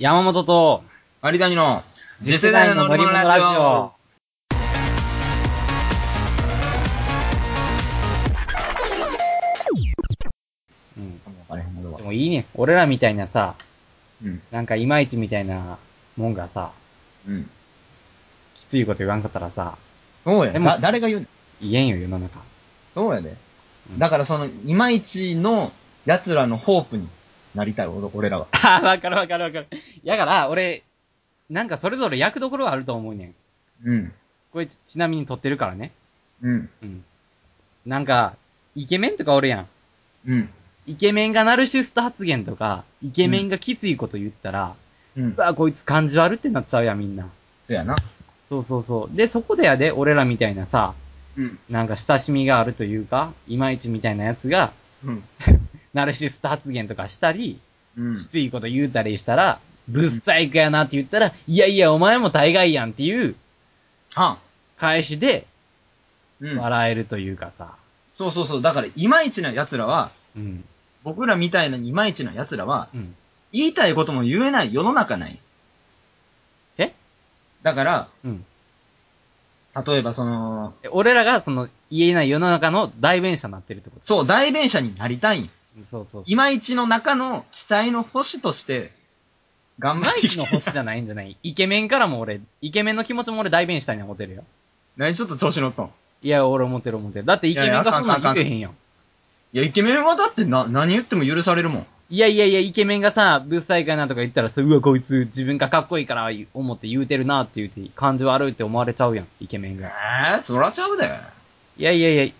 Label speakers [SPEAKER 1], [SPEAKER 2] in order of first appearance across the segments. [SPEAKER 1] 山本と、
[SPEAKER 2] 有谷の、
[SPEAKER 1] 次世代の乗り物ラジオ。うん。
[SPEAKER 2] あれ、俺は
[SPEAKER 1] で。もいいね。俺らみたいなさ、
[SPEAKER 2] うん。
[SPEAKER 1] なんかいまいちみたいなもんがさ、
[SPEAKER 2] うん。
[SPEAKER 1] きついこと言わんかったらさ、
[SPEAKER 2] そうや
[SPEAKER 1] で
[SPEAKER 2] ね。
[SPEAKER 1] も
[SPEAKER 2] だ誰が言うの
[SPEAKER 1] 言えんよ、世の中。
[SPEAKER 2] そうやで
[SPEAKER 1] うん。
[SPEAKER 2] だからその、いまいちの奴らのホープになりたい、俺俺らは。
[SPEAKER 1] ああ、 わかるわかるわかる。やから、俺、なんかそれぞれ役どころはあると思うねん。
[SPEAKER 2] うん。
[SPEAKER 1] これちちなみに撮ってるからね。
[SPEAKER 2] うん。
[SPEAKER 1] うん。なんか、イケメンとかおるやん。
[SPEAKER 2] うん。
[SPEAKER 1] イケメンがナルシスト発言とか、イケメンがきついこと言ったら、
[SPEAKER 2] うん。
[SPEAKER 1] うわ、こいつ感じ悪ってなっちゃうやん、みんな。
[SPEAKER 2] そうやな。
[SPEAKER 1] そうそうそう。で、そこでやで、俺らみたいなさ、
[SPEAKER 2] うん。
[SPEAKER 1] なんか親しみがあるというか、いまいちみたいなやつが、
[SPEAKER 2] うん。
[SPEAKER 1] ナルシスト発言とかしたり、
[SPEAKER 2] うん
[SPEAKER 1] きついこと言うたりしたら、ぶっ細工やなって言ったら、いやいや、お前も大概やんっていう
[SPEAKER 2] は
[SPEAKER 1] 返しで
[SPEAKER 2] うん。
[SPEAKER 1] 笑えるというかさ。
[SPEAKER 2] そうそうそう。だから、いまいちな奴らは、
[SPEAKER 1] うん。
[SPEAKER 2] 僕らみたいないまいちな奴らは、
[SPEAKER 1] うん。
[SPEAKER 2] 言いたいことも言えない世の中ない。
[SPEAKER 1] え
[SPEAKER 2] だから、
[SPEAKER 1] うん。
[SPEAKER 2] 例えばその、
[SPEAKER 1] え俺らがその言えない世の中の代弁者になってるってこ
[SPEAKER 2] そう、代弁者になりたいん。
[SPEAKER 1] と。そうそうそう。
[SPEAKER 2] いまいちの中の期待の星として、頑
[SPEAKER 1] い
[SPEAKER 2] 張っ
[SPEAKER 1] ま
[SPEAKER 2] て
[SPEAKER 1] いちの星じゃないんじゃない イケメンからも俺、イケメンの気持ちも俺代弁したいな思ってるよ。
[SPEAKER 2] 何ちょっと調子乗ったん
[SPEAKER 1] いや、俺思ってる思ってる。だってイケメンがそんなん言ってへんやん。
[SPEAKER 2] いや、イケメンはだってな、何言っても許されるもん。
[SPEAKER 1] いやいやいや、イケメンがさ、ブスイかなとか言ったらさ、うわ、こいつ自分がかっこいいから思って言うてるなって言うて、感じ悪いって思われちゃうやん、イケメン
[SPEAKER 2] え
[SPEAKER 1] が。
[SPEAKER 2] えそらちゃうで。
[SPEAKER 1] いやいやいや、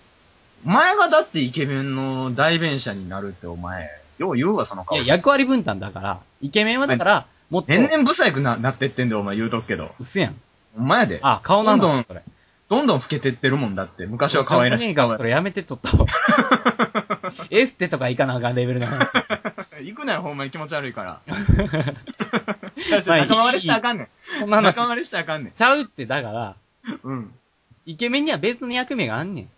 [SPEAKER 2] お前がだってイケメンの代弁者になるってお前、よう言うわ、その
[SPEAKER 1] い
[SPEAKER 2] 顔。
[SPEAKER 1] や、役割分担だから、イケメンはだから、もっと、
[SPEAKER 2] 年々不細工な、なってってんで、お前言うとくけど。
[SPEAKER 1] 薄やん。
[SPEAKER 2] お前やで。
[SPEAKER 1] あ、顔なん
[SPEAKER 2] どんど
[SPEAKER 1] だ、
[SPEAKER 2] ん
[SPEAKER 1] それ。
[SPEAKER 2] どんどん老けてってるもんだって。昔は可愛らし
[SPEAKER 1] 少
[SPEAKER 2] い。
[SPEAKER 1] 年感それやめて、ちょっと。 エステとか行かなあかんレベルの 話。
[SPEAKER 2] 行くなよ、ほんまに気持ち悪いから。
[SPEAKER 1] まあいい
[SPEAKER 2] 仲間割れしたらあかんね
[SPEAKER 1] こん
[SPEAKER 2] ん。
[SPEAKER 1] な話
[SPEAKER 2] 仲間。割れしたらあかんねん。
[SPEAKER 1] ちゃうって、だから、
[SPEAKER 2] うん。
[SPEAKER 1] イケメンには別の役目があんねん。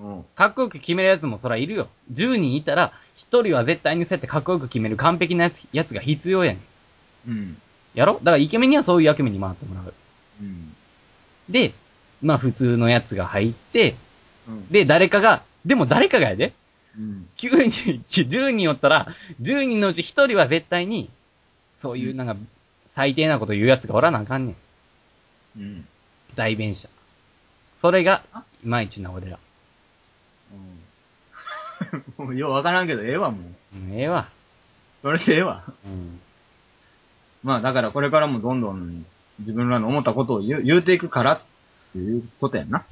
[SPEAKER 2] うん。
[SPEAKER 1] かっこよく決めるやつもそらいるよ。10人いたら、1人は絶対にそうやってかっこよく決める完璧なやつやつが必要やねん。
[SPEAKER 2] うん。
[SPEAKER 1] やろだからイケメンにはそういう役目に回ってもらう。
[SPEAKER 2] うん。
[SPEAKER 1] で、まあ普通のやつが入って、
[SPEAKER 2] うん。
[SPEAKER 1] で、誰かが、でも誰かがやで、
[SPEAKER 2] うん。
[SPEAKER 1] 9人、10人おったら、10人のうち1人は絶対に、そういうなんか、最低なこと言うやつがおらなあかんねん。
[SPEAKER 2] うん。
[SPEAKER 1] 代弁者。それが、いまいちな俺ら。
[SPEAKER 2] うん もうようわからんけど、ええわ、もう。
[SPEAKER 1] うん、ええわ。
[SPEAKER 2] それでええわ。
[SPEAKER 1] うん。
[SPEAKER 2] まあ、だからこれからもどんどん自分らの思ったことを言う言うていくからっていうことやんな。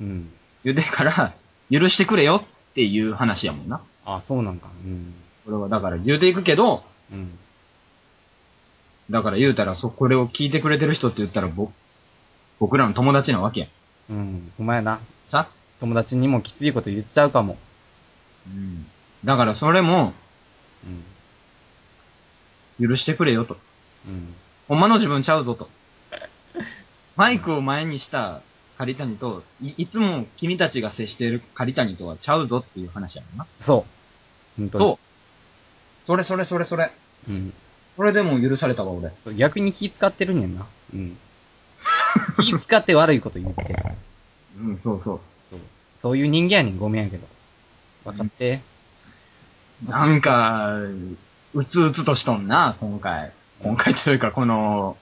[SPEAKER 1] うん。
[SPEAKER 2] 言うていくから、許してくれよっていう話やもんな。
[SPEAKER 1] あ、そうなんか。うん。
[SPEAKER 2] これはだから言うていくけど、
[SPEAKER 1] うん。
[SPEAKER 2] だから言うたら、そ、これを聞いてくれてる人って言ったら、ぼ、僕らの友達なわけやん。
[SPEAKER 1] うん。お前な。
[SPEAKER 2] さ
[SPEAKER 1] 友達にもきついこと言っちゃうかも。
[SPEAKER 2] うん。だからそれも、
[SPEAKER 1] うん。
[SPEAKER 2] 許してくれよと。
[SPEAKER 1] うん。
[SPEAKER 2] ほんまの自分ちゃうぞ と。マイクを前にした狩谷とい、いつも君たちが接している狩谷とはちゃうぞっていう話やもんな。
[SPEAKER 1] そう。本当に。
[SPEAKER 2] そう。それそれそれそれ。
[SPEAKER 1] う。うん。
[SPEAKER 2] それでも許されたわ、俺。
[SPEAKER 1] そう、逆に気使ってるねんな。うん。 気使って悪いこと言ってる。
[SPEAKER 2] うん、そうそ
[SPEAKER 1] そう。そういう人間やねん、ごめんやけど。分かって。
[SPEAKER 2] う。なんか、うつうつとしとんな、今回。今回というか、この、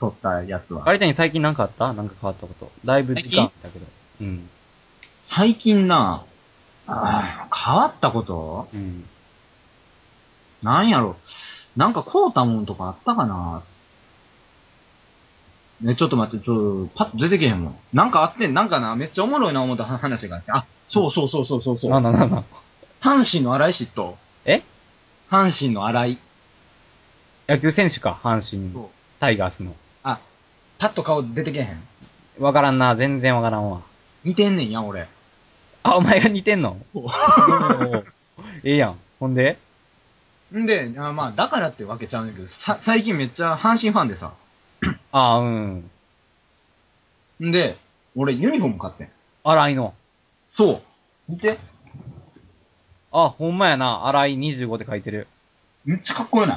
[SPEAKER 2] 撮ったやつは。
[SPEAKER 1] 有田に最近なんかあったなんか変わったこと。だいぶ時間あったけど。うん。
[SPEAKER 2] 最近な、あー変わったこと
[SPEAKER 1] うん。
[SPEAKER 2] なんやろ。なんかこうたもんとかあったかなね、ちょっと待って、ちょっと、パッと出てけへんもん。なんかあってん、なんかな、めっちゃおもろいな思った話があって。あ、そうそうそうそうそうそ
[SPEAKER 1] な
[SPEAKER 2] う。
[SPEAKER 1] ななな。
[SPEAKER 2] 阪神の荒井嫉妬。
[SPEAKER 1] え
[SPEAKER 2] 阪神の荒井。
[SPEAKER 1] 野球選手か、阪神、タイガースの。
[SPEAKER 2] あ、パッと顔出てけへん。
[SPEAKER 1] わからんな、全然わからんわ。
[SPEAKER 2] 似てんねんや、俺。
[SPEAKER 1] あ、お前が似てんのおう ええやん。ほんで
[SPEAKER 2] んで、あまあ、だからってわけちゃうねんけど、さ、最近めっちゃ阪神ファンでさ。
[SPEAKER 1] あうん。
[SPEAKER 2] んで、俺ユニフォーム買ってん。
[SPEAKER 1] 荒井の。
[SPEAKER 2] そう。見て。
[SPEAKER 1] あ、ほんまやな。荒井25って書いてる。
[SPEAKER 2] めっちゃかっこよな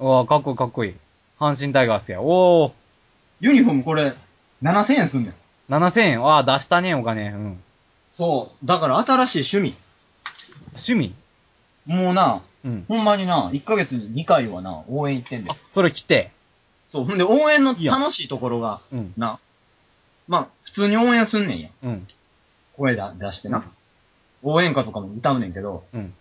[SPEAKER 2] い。
[SPEAKER 1] わあ、かっこいいかっこいい。阪神タイガースや。おお
[SPEAKER 2] ユニフォームこれ、7000円すんねん。
[SPEAKER 1] 7000円。ああ、出したね、お金。うん。
[SPEAKER 2] そう。だから新しい趣味。
[SPEAKER 1] 趣味
[SPEAKER 2] もうな、
[SPEAKER 1] うん。
[SPEAKER 2] ほんまにな、1ヶ月に2回はな、応援行ってんだよ。
[SPEAKER 1] それ来て。
[SPEAKER 2] そう。ほんで、応援の
[SPEAKER 1] いや
[SPEAKER 2] 楽しいところが、
[SPEAKER 1] うん。
[SPEAKER 2] な、まあ、普通に応援すんねんや。
[SPEAKER 1] うん。
[SPEAKER 2] 声だ出してな。応援歌とかも歌うねんけど、
[SPEAKER 1] うん。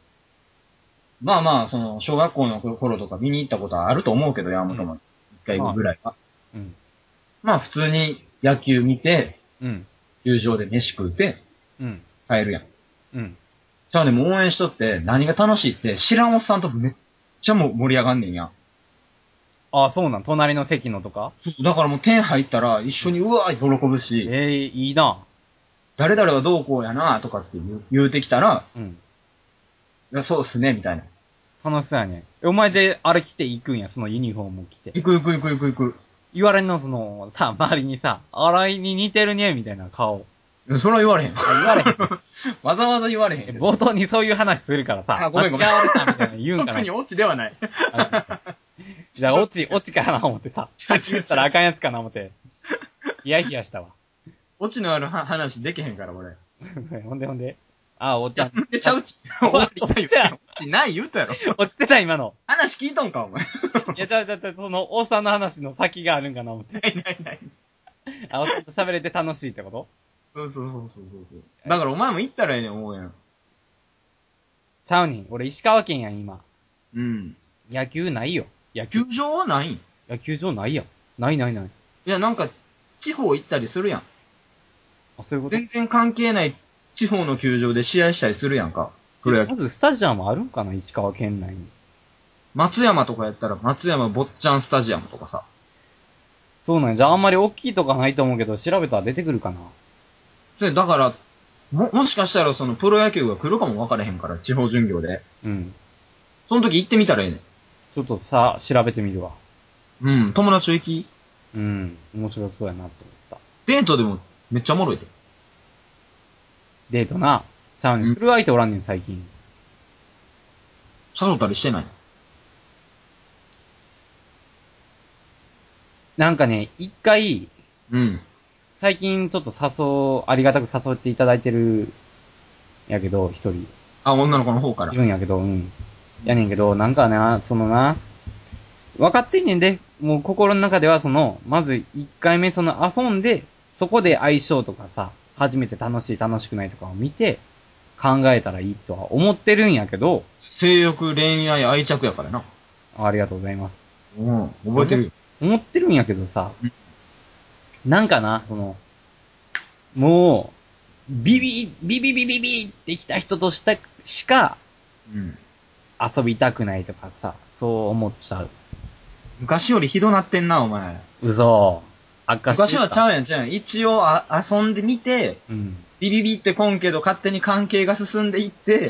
[SPEAKER 2] まあまあ、その、小学校の頃とか見に行ったことはあると思うけど、山本も。一回ぐらいは。
[SPEAKER 1] うん。
[SPEAKER 2] まあ、普通に野球見て、
[SPEAKER 1] うん。
[SPEAKER 2] 球場で飯食うて、
[SPEAKER 1] うん。
[SPEAKER 2] 帰るやん。
[SPEAKER 1] うん。
[SPEAKER 2] じゃあでも応援しとって、何が楽しいって、知らんおっさんとめっちゃもう盛り上がんねんや。
[SPEAKER 1] ああ、そうなん。隣の席のとか
[SPEAKER 2] だからもう点入ったら、一緒にうわー喜ぶし、
[SPEAKER 1] ええいいな。
[SPEAKER 2] 誰々はどうこうやなとかって言う言うてきたら、
[SPEAKER 1] うん。
[SPEAKER 2] いやそうっすね、みたいな。
[SPEAKER 1] 楽しそうやね。えお前で、あれ着て行くんや、そのユニフォームを着て。
[SPEAKER 2] 行く行く行く行く行く。
[SPEAKER 1] 言われんの、その、さ、周りにさ、荒井に似てるね、みたいな顔。
[SPEAKER 2] いやそれは言われへん。
[SPEAKER 1] あ言われへん。
[SPEAKER 2] わざわざ言われへ
[SPEAKER 1] え
[SPEAKER 2] ん。
[SPEAKER 1] 冒頭にそういう話するからさ
[SPEAKER 2] あ、ごめんごめん
[SPEAKER 1] 間違われたみたいな言うんか
[SPEAKER 2] 特
[SPEAKER 1] な
[SPEAKER 2] に。オチではない。
[SPEAKER 1] じゃあ、落ち、落ちかな思って さ、言ったらあかんやつかな思って、ヒヤヒヤ したわ。
[SPEAKER 2] オチのあるは話できへんから、俺。
[SPEAKER 1] ほんでほんで。ああ、おっちゃん。
[SPEAKER 2] で、ち ゃうち。終わり
[SPEAKER 1] 落ちてたよ。
[SPEAKER 2] オチない言うたやろ。
[SPEAKER 1] 落ちてた、今の。
[SPEAKER 2] 話聞いとんか、お前。
[SPEAKER 1] いや、ちゃうちゃうちゃう、その、王さんの話の先があるんかな思って。
[SPEAKER 2] ないないない。
[SPEAKER 1] あ、おっちゃんと喋れて楽しいってこと
[SPEAKER 2] そうそうそうそうそう。だからお前も行ったらええねん、応援。
[SPEAKER 1] ちゃうにん。俺、石川県やん、今。
[SPEAKER 2] うん。
[SPEAKER 1] 野球ないよ。野球
[SPEAKER 2] 球、場はないんい
[SPEAKER 1] 野球場ないやん。ないないない。
[SPEAKER 2] や、なんか、地方行ったりするやん。
[SPEAKER 1] あ、そういうこと
[SPEAKER 2] 全然関係ない地方の球場で試合したりするやんか。プロ野球
[SPEAKER 1] まず、スタジアムあるんかな石川県内に。
[SPEAKER 2] 松山とかやったら、松山坊っちゃんスタジアムとかさ。
[SPEAKER 1] そうなんやじゃあ、あんまり大きいとかないと思うけど、調べたら出てくるかな。
[SPEAKER 2] それだから、も、もしかしたらそのプロ野球が来るかも分からへんから、地方巡業で。
[SPEAKER 1] うん。
[SPEAKER 2] その時行ってみたらええねん。
[SPEAKER 1] ちょっとさ、調べてみるわ。
[SPEAKER 2] うん、友達と行き、
[SPEAKER 1] うん。面白そうやなって思った。
[SPEAKER 2] デートでもめっちゃおもろいで。
[SPEAKER 1] デートな。さらに、する相手おらんねん、最近。
[SPEAKER 2] 誘ったりしてない。
[SPEAKER 1] なんかね、一回、
[SPEAKER 2] うん。
[SPEAKER 1] 最近ちょっと誘う、ありがたく誘っていただいてる、やけど、一人。
[SPEAKER 2] あ、女の子の方から
[SPEAKER 1] 自。分やけど、うん。やねんけど、なんかな、そのな、分かってんねんで、もう心の中ではその、まず一回目その遊んで、そこで相性とかさ、初めて楽しい楽しくないとかを見て、考えたらいいとは思ってるんやけど、
[SPEAKER 2] 性欲、恋愛、愛着やからな。
[SPEAKER 1] ありがとうございます。
[SPEAKER 2] うん、覚えてるよ。
[SPEAKER 1] 思ってるんやけどさ
[SPEAKER 2] うん、
[SPEAKER 1] なんかな、その、もう、ビビ、ビビビビビってきた人とした、しか
[SPEAKER 2] うん。
[SPEAKER 1] 遊びたくないとかさ、そう思っちゃう。
[SPEAKER 2] 昔よりひどなってんな、お前。
[SPEAKER 1] 嘘。悪化して
[SPEAKER 2] 昔
[SPEAKER 1] るか
[SPEAKER 2] はちゃうやん、ちゃうやん。一応あ、遊んでみて、
[SPEAKER 1] うん。
[SPEAKER 2] ビビビってこんけど勝手に関係が進んで いって、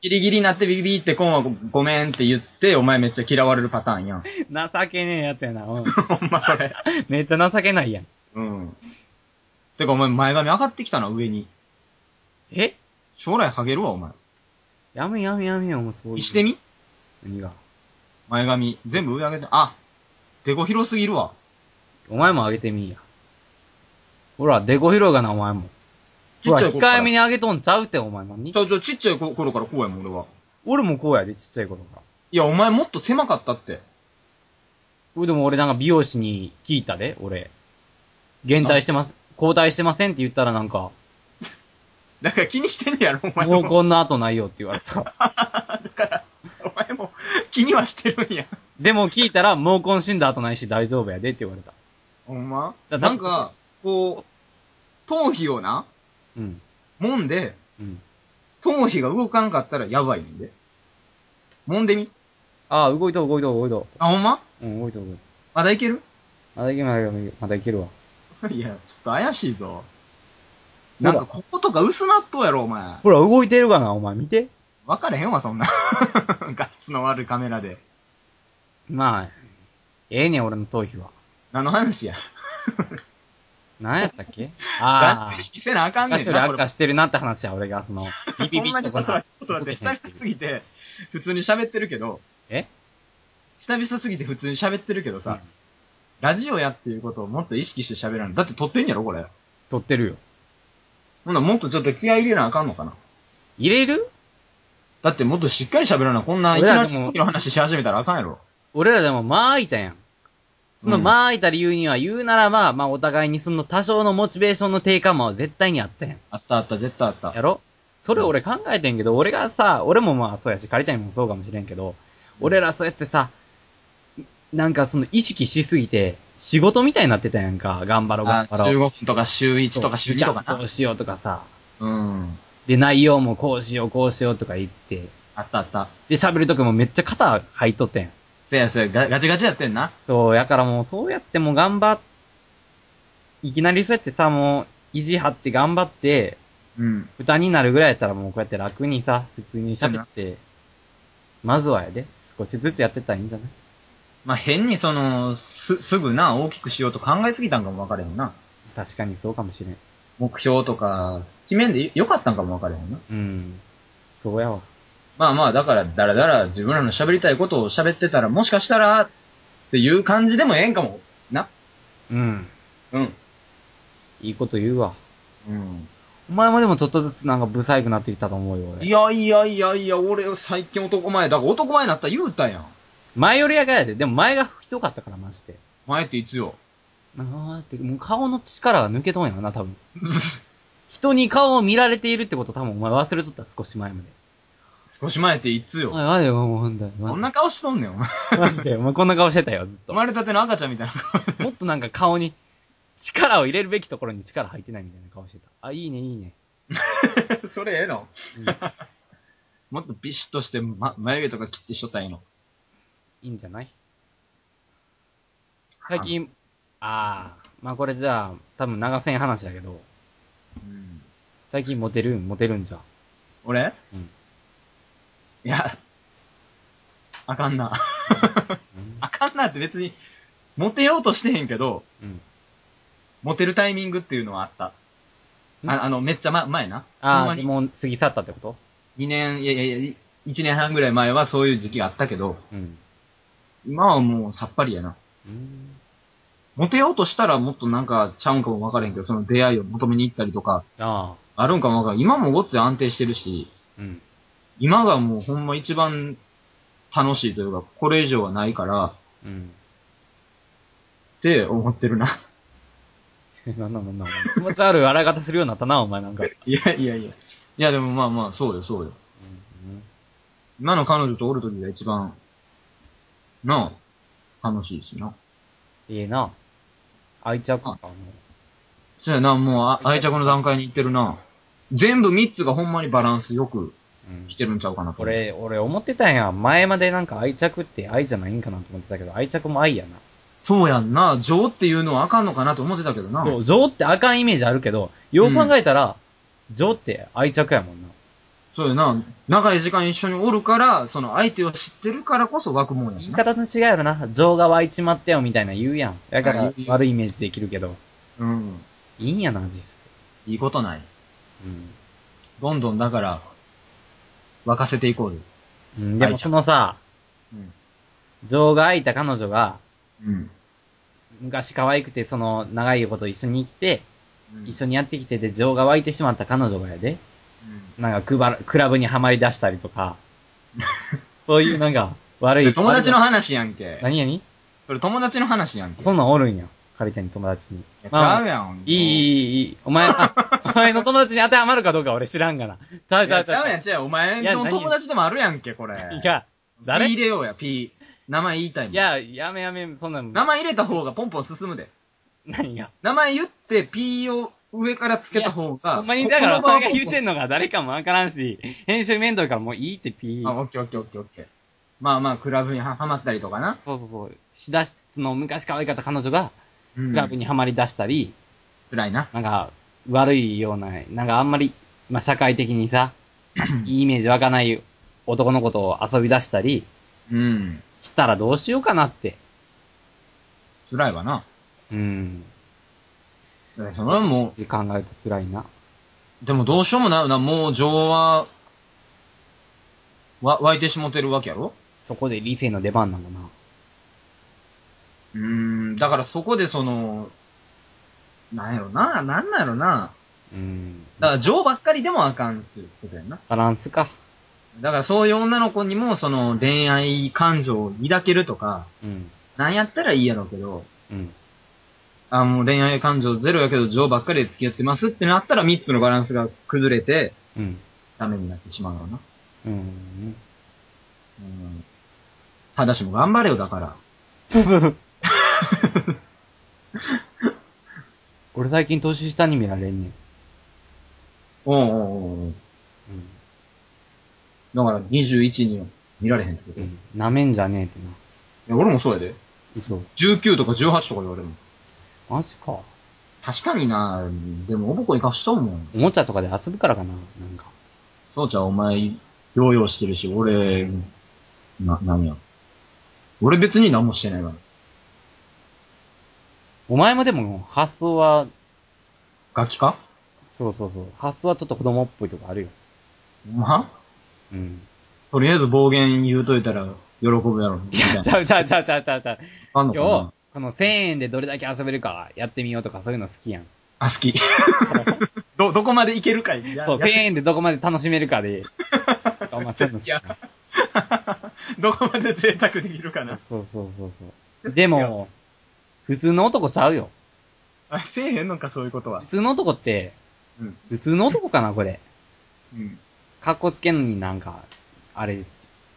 [SPEAKER 2] ギリギリになってビビビってこんはごごめんって言って、お前めっちゃ嫌われるパターンやん。
[SPEAKER 1] 情けねえやつやな。うん。
[SPEAKER 2] ほんまそれ。
[SPEAKER 1] めっちゃ情けないやん。
[SPEAKER 2] うん。てかお前前髪上がってきたな、上に。
[SPEAKER 1] え
[SPEAKER 2] 将来ハゲるわ、お前。
[SPEAKER 1] やめやめやめよ、もうそういう。
[SPEAKER 2] してみ
[SPEAKER 1] 何が。
[SPEAKER 2] 前髪。全部上上げて。あ、デコ広すぎるわ。
[SPEAKER 1] お前も上げてみいや。ほら、デコ広がな、お前も。ほら、
[SPEAKER 2] ちっちゃい頃か
[SPEAKER 1] 控
[SPEAKER 2] ら
[SPEAKER 1] えめに上げとんちゃうって、お前何
[SPEAKER 2] ちょ、ちょ、ちっちゃい頃からこうやもん、俺は。
[SPEAKER 1] 俺もこうやで、ちっちゃい頃から。
[SPEAKER 2] いや、お前もっと狭かったって。
[SPEAKER 1] これでも俺なんか美容師に聞いたで、俺。減退してます、交代してませんって言ったらなんか、
[SPEAKER 2] だから気にしてんねやろ、お前
[SPEAKER 1] もう
[SPEAKER 2] も。
[SPEAKER 1] こんな後ないよって言われた。
[SPEAKER 2] だから、お前も気にはしてるんや。
[SPEAKER 1] でも聞いたら、毛根死んだ後ないし大丈夫やでって言われた。
[SPEAKER 2] ほんま
[SPEAKER 1] だ
[SPEAKER 2] なんか、こう、頭皮をな、
[SPEAKER 1] うん。
[SPEAKER 2] もんで、
[SPEAKER 1] うん。
[SPEAKER 2] 頭皮が動かんかったらやばいねんで。もんでみ
[SPEAKER 1] ああ、動いとう動いとう動いと
[SPEAKER 2] あ、ほんま
[SPEAKER 1] う。うん、動いとう動いとう。
[SPEAKER 2] まだいける
[SPEAKER 1] まだいけるまだいける、まだいけるわ。
[SPEAKER 2] いや、ちょっと怪しいぞ。なんか、こことか薄なっとうやろ、お前。
[SPEAKER 1] ほら、動いてるかな、お前見て。
[SPEAKER 2] わかれへんわ、そんな。 画質の悪いカメラで。
[SPEAKER 1] まあ、ええねん、俺の頭皮は。
[SPEAKER 2] 何の話や。
[SPEAKER 1] 何やったっけ
[SPEAKER 2] 画
[SPEAKER 1] あ
[SPEAKER 2] 質
[SPEAKER 1] あ
[SPEAKER 2] 意。識せなあかんねん
[SPEAKER 1] 昔より
[SPEAKER 2] な。こ
[SPEAKER 1] 悪
[SPEAKER 2] れ
[SPEAKER 1] 化してるなって話や、俺が、そ の、ビビビ
[SPEAKER 2] ほんま
[SPEAKER 1] ッ
[SPEAKER 2] に
[SPEAKER 1] と
[SPEAKER 2] ちょ
[SPEAKER 1] か
[SPEAKER 2] っと
[SPEAKER 1] な
[SPEAKER 2] 待って、久々すぎて、普通に喋ってるけど、
[SPEAKER 1] え
[SPEAKER 2] 久々すぎて普通に喋ってるけどさ、
[SPEAKER 1] うん
[SPEAKER 2] ラジオやっていうことをもっと意識して喋らない。だって撮ってんやろ、これ。
[SPEAKER 1] 撮ってるよ。
[SPEAKER 2] ほんならもっとちょっと気合い入れなあかんのかな。
[SPEAKER 1] 入れる
[SPEAKER 2] だってもっとしっかり喋らな、こんないきなりさっきの話し始めたらあかんやろ。
[SPEAKER 1] 俺らでも間空いたやん。その間空いた理由には言うならば、まあお互いにその多少のモチベーションの低下も絶対にあったやん。
[SPEAKER 2] あったあった、絶対あった。
[SPEAKER 1] やろそれ俺考えてんけど、俺がさ、俺もまあそうやし、借りたいもそうかもしれんけど、俺らそうやってさ、なんかその意識しすぎて、仕事みたいになってたやんか。頑張ろう、頑
[SPEAKER 2] あ、
[SPEAKER 1] 張ろう。
[SPEAKER 2] 15分とか週1とか週2とか
[SPEAKER 1] そう時間こ
[SPEAKER 2] な
[SPEAKER 1] う。しようとかさ。
[SPEAKER 2] うん。
[SPEAKER 1] で、内容もこうしよう、こうしようとか言って。
[SPEAKER 2] あったあった。
[SPEAKER 1] で、喋るときもめっちゃ肩入っとってん。
[SPEAKER 2] せやせや、ガガチガチやってんな。
[SPEAKER 1] そう、やからもうそうやってもう頑張っ、いきなりそうやってさ、もう意地張って頑張って、
[SPEAKER 2] うん。
[SPEAKER 1] 負担になるぐらいやったらもうこうやって楽にさ、普通に喋って、まずはやで、少しずつやってったらいいんじゃない
[SPEAKER 2] まあ、変にその、す、すぐな、大きくしようと考えすぎたんかもわかれへんな。
[SPEAKER 1] 確かにそうかもしれん。
[SPEAKER 2] 目標とか、決めんでよかったんかもわかれへんな。
[SPEAKER 1] うん。そうやわ。
[SPEAKER 2] まあまあ、だから、だらだら自分らの喋りたいことを喋ってたら、もしかしたら、っていう感じでもええんかも。な。
[SPEAKER 1] うん。
[SPEAKER 2] うん。
[SPEAKER 1] いいこと言うわ。
[SPEAKER 2] うん。
[SPEAKER 1] お前もでもちょっとずつなんかブサイクなってきたと思うよ、
[SPEAKER 2] い
[SPEAKER 1] 俺。
[SPEAKER 2] やいやいやいや、俺最近男前。だから男前になったら言うたやん。
[SPEAKER 1] 前よりやがやで、でも前がひどかったから、マジで。
[SPEAKER 2] 前っていつよ。
[SPEAKER 1] なんて、もう顔の力が抜けとんやろな、多 分。人に顔を見られているってこと多分お前忘れとった、少し前まで。
[SPEAKER 2] 少し前っていつよ。
[SPEAKER 1] あ、あれよ、もうほんとに。
[SPEAKER 2] こんな顔しとんねん、お前。
[SPEAKER 1] マジで、お前こんな顔してたよ、ずっ
[SPEAKER 2] 生
[SPEAKER 1] と。も
[SPEAKER 2] まれたての赤ちゃんみたいな顔。
[SPEAKER 1] っとなんか顔に、力を入れるべきところに力入ってないみたいな顔してた。あ、いいね、いいね。
[SPEAKER 2] それええの
[SPEAKER 1] うん
[SPEAKER 2] もっとビシッとして、ま、眉毛とか切ってしとったらええの。
[SPEAKER 1] いいんじゃない最近、ああ、まあこれじゃあ、多分長線話だけど、
[SPEAKER 2] うん。
[SPEAKER 1] 最近モテるモテるんじゃん。
[SPEAKER 2] 俺
[SPEAKER 1] うん
[SPEAKER 2] いや、あかんな。あかんなって別に、モテようとしてへんけど、
[SPEAKER 1] うん。
[SPEAKER 2] モテるタイミングっていうのはあった。
[SPEAKER 1] ん
[SPEAKER 2] ああの、めっちゃ、ま、前な。
[SPEAKER 1] あ
[SPEAKER 2] ほ
[SPEAKER 1] あ、
[SPEAKER 2] んま
[SPEAKER 1] で
[SPEAKER 2] に
[SPEAKER 1] もう過ぎ去ったってこと
[SPEAKER 2] 2年、いやいやいや、1年半ぐらい前はそういう時期があったけど、
[SPEAKER 1] うん。
[SPEAKER 2] 今はもうさっぱりやな。
[SPEAKER 1] うん
[SPEAKER 2] モテようとしたらもっとなんかちゃうんかもわからへんけど、その出会いを求めに行ったりとか、
[SPEAKER 1] ああ、
[SPEAKER 2] あるんかもわからん。今もごっつい安定してるし、
[SPEAKER 1] うん。
[SPEAKER 2] 今がもうほんま一番楽しいというか、これ以上はないから、
[SPEAKER 1] うん。
[SPEAKER 2] って思ってるな。
[SPEAKER 1] なんなんなんなん。気持ち悪い荒方するようになったな、お前なんか。うん
[SPEAKER 2] いやいやいや。いやでもまあまあ、そうよそうよ。今の彼女とおるときが一番、なあ、楽しいしな。
[SPEAKER 1] いいな。愛着感も。
[SPEAKER 2] そうやな、もうあ愛着の段階に行ってるな。全部3つがほんまにバランスよく
[SPEAKER 1] うん
[SPEAKER 2] 来てるんちゃうかなと。。
[SPEAKER 1] 俺、俺思ってたんや。前までなんか愛着って愛じゃないんかなと思ってたけど、愛着も愛やな。
[SPEAKER 2] そうやんな、情っていうのはあかんのかなと思ってたけどな。
[SPEAKER 1] そう、情ってあかんイメージあるけど、よう考えたら、情って愛着やもんな。
[SPEAKER 2] そうやな、長い時間一緒におるから、その相手を知ってるからこそ湧くもんや
[SPEAKER 1] 言
[SPEAKER 2] し
[SPEAKER 1] い
[SPEAKER 2] な。
[SPEAKER 1] 方の違いやろな。情が湧いちまったよみたいな言うやん。だか
[SPEAKER 2] あ
[SPEAKER 1] ら
[SPEAKER 2] 言う
[SPEAKER 1] 悪いイメージできるけど、
[SPEAKER 2] うん。
[SPEAKER 1] いいんやな、実際。
[SPEAKER 2] いいことない。
[SPEAKER 1] うん。
[SPEAKER 2] どんどんだから、沸かせていこうよ。
[SPEAKER 1] うん、でもそのさ、
[SPEAKER 2] うん。
[SPEAKER 1] 情が湧いた彼女が、
[SPEAKER 2] うん。
[SPEAKER 1] 昔可愛くて、その、長いこと一緒に生きて、一緒
[SPEAKER 2] に。
[SPEAKER 1] にやってきてて、情が湧いてしまった彼女がやで、
[SPEAKER 2] う
[SPEAKER 1] なんかクバラ、クラブにはまり出したりと か、そういうなんか、悪
[SPEAKER 2] んで
[SPEAKER 1] い。
[SPEAKER 2] 友達の
[SPEAKER 1] 悪
[SPEAKER 2] 話やんけ
[SPEAKER 1] い。何々
[SPEAKER 2] それ友達の話やんけ。
[SPEAKER 1] そんなんおるんや。借り手に友達に。
[SPEAKER 2] いやち
[SPEAKER 1] まあ
[SPEAKER 2] ゃうやん。
[SPEAKER 1] いい、いい、いい。お 前、あお前の友達に当てはまるかどうか俺知らんがな。ちゃう
[SPEAKER 2] い
[SPEAKER 1] ちゃ
[SPEAKER 2] や
[SPEAKER 1] う
[SPEAKER 2] ち
[SPEAKER 1] ちゃ
[SPEAKER 2] ゃ
[SPEAKER 1] う
[SPEAKER 2] うやん、ちゃうやん。お前
[SPEAKER 1] いや
[SPEAKER 2] の
[SPEAKER 1] 何
[SPEAKER 2] 友達でもあるやんけ、こ
[SPEAKER 1] い
[SPEAKER 2] れ。
[SPEAKER 1] や、誰
[SPEAKER 2] P 入れようや、P。名前言いたいもん。
[SPEAKER 1] い、や、やめやめ、そんなん、
[SPEAKER 2] 名前入れた方がポンポン進むで。
[SPEAKER 1] 何が。
[SPEAKER 2] 名前言って、P を上からつけた方が。
[SPEAKER 1] ほんまに、だからお
[SPEAKER 2] 心
[SPEAKER 1] 前
[SPEAKER 2] が
[SPEAKER 1] が言うてんのが誰かもわからんし、編集面倒やからもういいってピ
[SPEAKER 2] あ、
[SPEAKER 1] ー。
[SPEAKER 2] オッケーオッケーオッケーオッケー。まあまあ、クラブにははまったりとかな。
[SPEAKER 1] そうそうそう。しだし、その昔可愛かった彼女が、ク
[SPEAKER 2] うん
[SPEAKER 1] ラブにはまり出したり、
[SPEAKER 2] 辛いな。
[SPEAKER 1] なんか、悪いような、なんかあんまり、まあ、社会的に さ、いいイメージ湧かない男の子と遊び出したり
[SPEAKER 2] うん。
[SPEAKER 1] したらどうしようかなって。
[SPEAKER 2] 辛いわな。
[SPEAKER 1] うん。
[SPEAKER 2] だからそれはも
[SPEAKER 1] 考えると辛いな。
[SPEAKER 2] う、でもどうしようもないよな。もう情は、わ、湧いてしもてるわけやろ
[SPEAKER 1] そこで理性の出番なのかな。
[SPEAKER 2] だからそこでその、なんやろな、なんなんやろな。
[SPEAKER 1] うん。
[SPEAKER 2] だから、情ばっかりでもあかんっていうことやな。
[SPEAKER 1] バランスか。
[SPEAKER 2] だから、そういう女の子にも、その、恋愛感情を抱けるとか、
[SPEAKER 1] うん。
[SPEAKER 2] なんやったらいいやろうけど、
[SPEAKER 1] うん。
[SPEAKER 2] あ、もう恋愛感情ゼロやけど、情ばっかりで付き合ってますってなったら、3つのバランスが崩れて、
[SPEAKER 1] うん。
[SPEAKER 2] ダメになってしまうよな。
[SPEAKER 1] うん。
[SPEAKER 2] うん。ただしも頑張れよ、だから。
[SPEAKER 1] 俺最近年下に見られんねん。
[SPEAKER 2] おうおうおうだから、21には見られへんってこと。
[SPEAKER 1] う
[SPEAKER 2] い
[SPEAKER 1] ん。なめんじゃねえってな。
[SPEAKER 2] や、俺もそうやで。
[SPEAKER 1] 嘘。
[SPEAKER 2] 19とか18とか言われるもん。
[SPEAKER 1] マジか。
[SPEAKER 2] 確かになでも、おぼこに貸しとんもん。
[SPEAKER 1] おもちゃとかで遊ぶからかな。なんか。
[SPEAKER 2] そうちゃんお前、療養してるし、俺、な、なんや。俺別に何もしてないから。
[SPEAKER 1] お前もでも発想は、
[SPEAKER 2] ガキか
[SPEAKER 1] そうそうそう。発想はちょっと子供っぽいとこあるよ。
[SPEAKER 2] まあ
[SPEAKER 1] うん。
[SPEAKER 2] とりあえず暴言言うといたら喜ぶやろ。み
[SPEAKER 1] ち
[SPEAKER 2] たい
[SPEAKER 1] ゃう
[SPEAKER 2] な
[SPEAKER 1] ちゃうちゃうちゃうちゃうちゃうちゃう。
[SPEAKER 2] あんのか
[SPEAKER 1] 今
[SPEAKER 2] な
[SPEAKER 1] 日、この1000円でどれだけ遊べるかやってみようとかそういうの好き やん。
[SPEAKER 2] あ、好き。ど、どこまでいけるかいや
[SPEAKER 1] そう、
[SPEAKER 2] や
[SPEAKER 1] 1000円でどこまで楽しめるかで。お前 そういうの好きやん。
[SPEAKER 2] どこまで贅沢できるか な。
[SPEAKER 1] そうそうそうそう。でも、普通の男ちゃうよ。
[SPEAKER 2] あ、せえへんのか、そういうことは
[SPEAKER 1] 普。通の男って、
[SPEAKER 2] うん。
[SPEAKER 1] 普通の男かな、これ。
[SPEAKER 2] うん。
[SPEAKER 1] かっこつけんのになんか、あれ、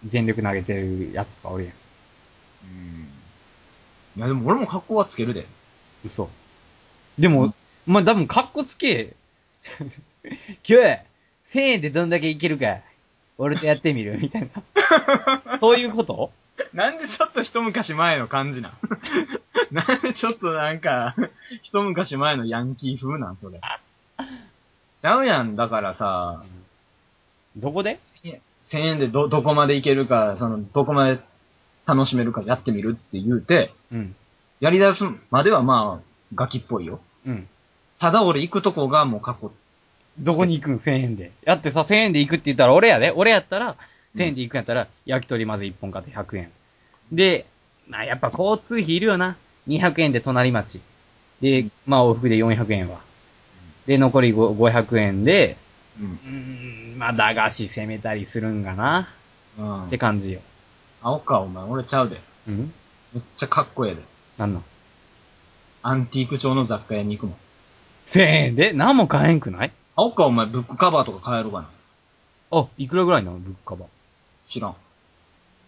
[SPEAKER 1] 全力投げてるやつとかおるやん。
[SPEAKER 2] いや、でも俺も格好はつけるで。
[SPEAKER 1] 嘘。でも、まあ、多分かっこつけ。 今日、1000円でどんだけいけるか、俺とやって みるみたいな。そういうこと
[SPEAKER 2] なんでちょっと一昔前の感じなんなんでちょっとなんか、一昔前のヤンキー風なんそれ。ちゃうやん、だからさ、
[SPEAKER 1] どこで
[SPEAKER 2] 1000円でど、どこまでいけるか、その、どこまで楽しめるかやってみるって言うて、
[SPEAKER 1] うん。
[SPEAKER 2] やり出すまではまあ、ガキっぽいよ。
[SPEAKER 1] うん。
[SPEAKER 2] ただ俺行くとこがもう過去。
[SPEAKER 1] どこに行くん ?1000 円で。やってさ、1000円で行くって言ったら俺やで。俺やったら、1000円で行くんやったら、焼き鳥まず1本買って100円。で、まあやっぱ交通費いるよな。200円で隣町。で、まあ往復で400円は。で、残りご500円で、
[SPEAKER 2] うん
[SPEAKER 1] う。ーん、まあ駄菓子攻めたりするんかな。
[SPEAKER 2] うん。
[SPEAKER 1] って感じよ。
[SPEAKER 2] 青か、お前、俺ちゃうで。
[SPEAKER 1] うん
[SPEAKER 2] めっちゃかっこええで。
[SPEAKER 1] なんなん
[SPEAKER 2] アンティーク調の雑貨屋に行くもん。
[SPEAKER 1] ?1000 円で何も買えんくない
[SPEAKER 2] 青か、お前、ブックカバーとか買えるかな
[SPEAKER 1] あ、いくらぐらいなの物価は。
[SPEAKER 2] 知らん。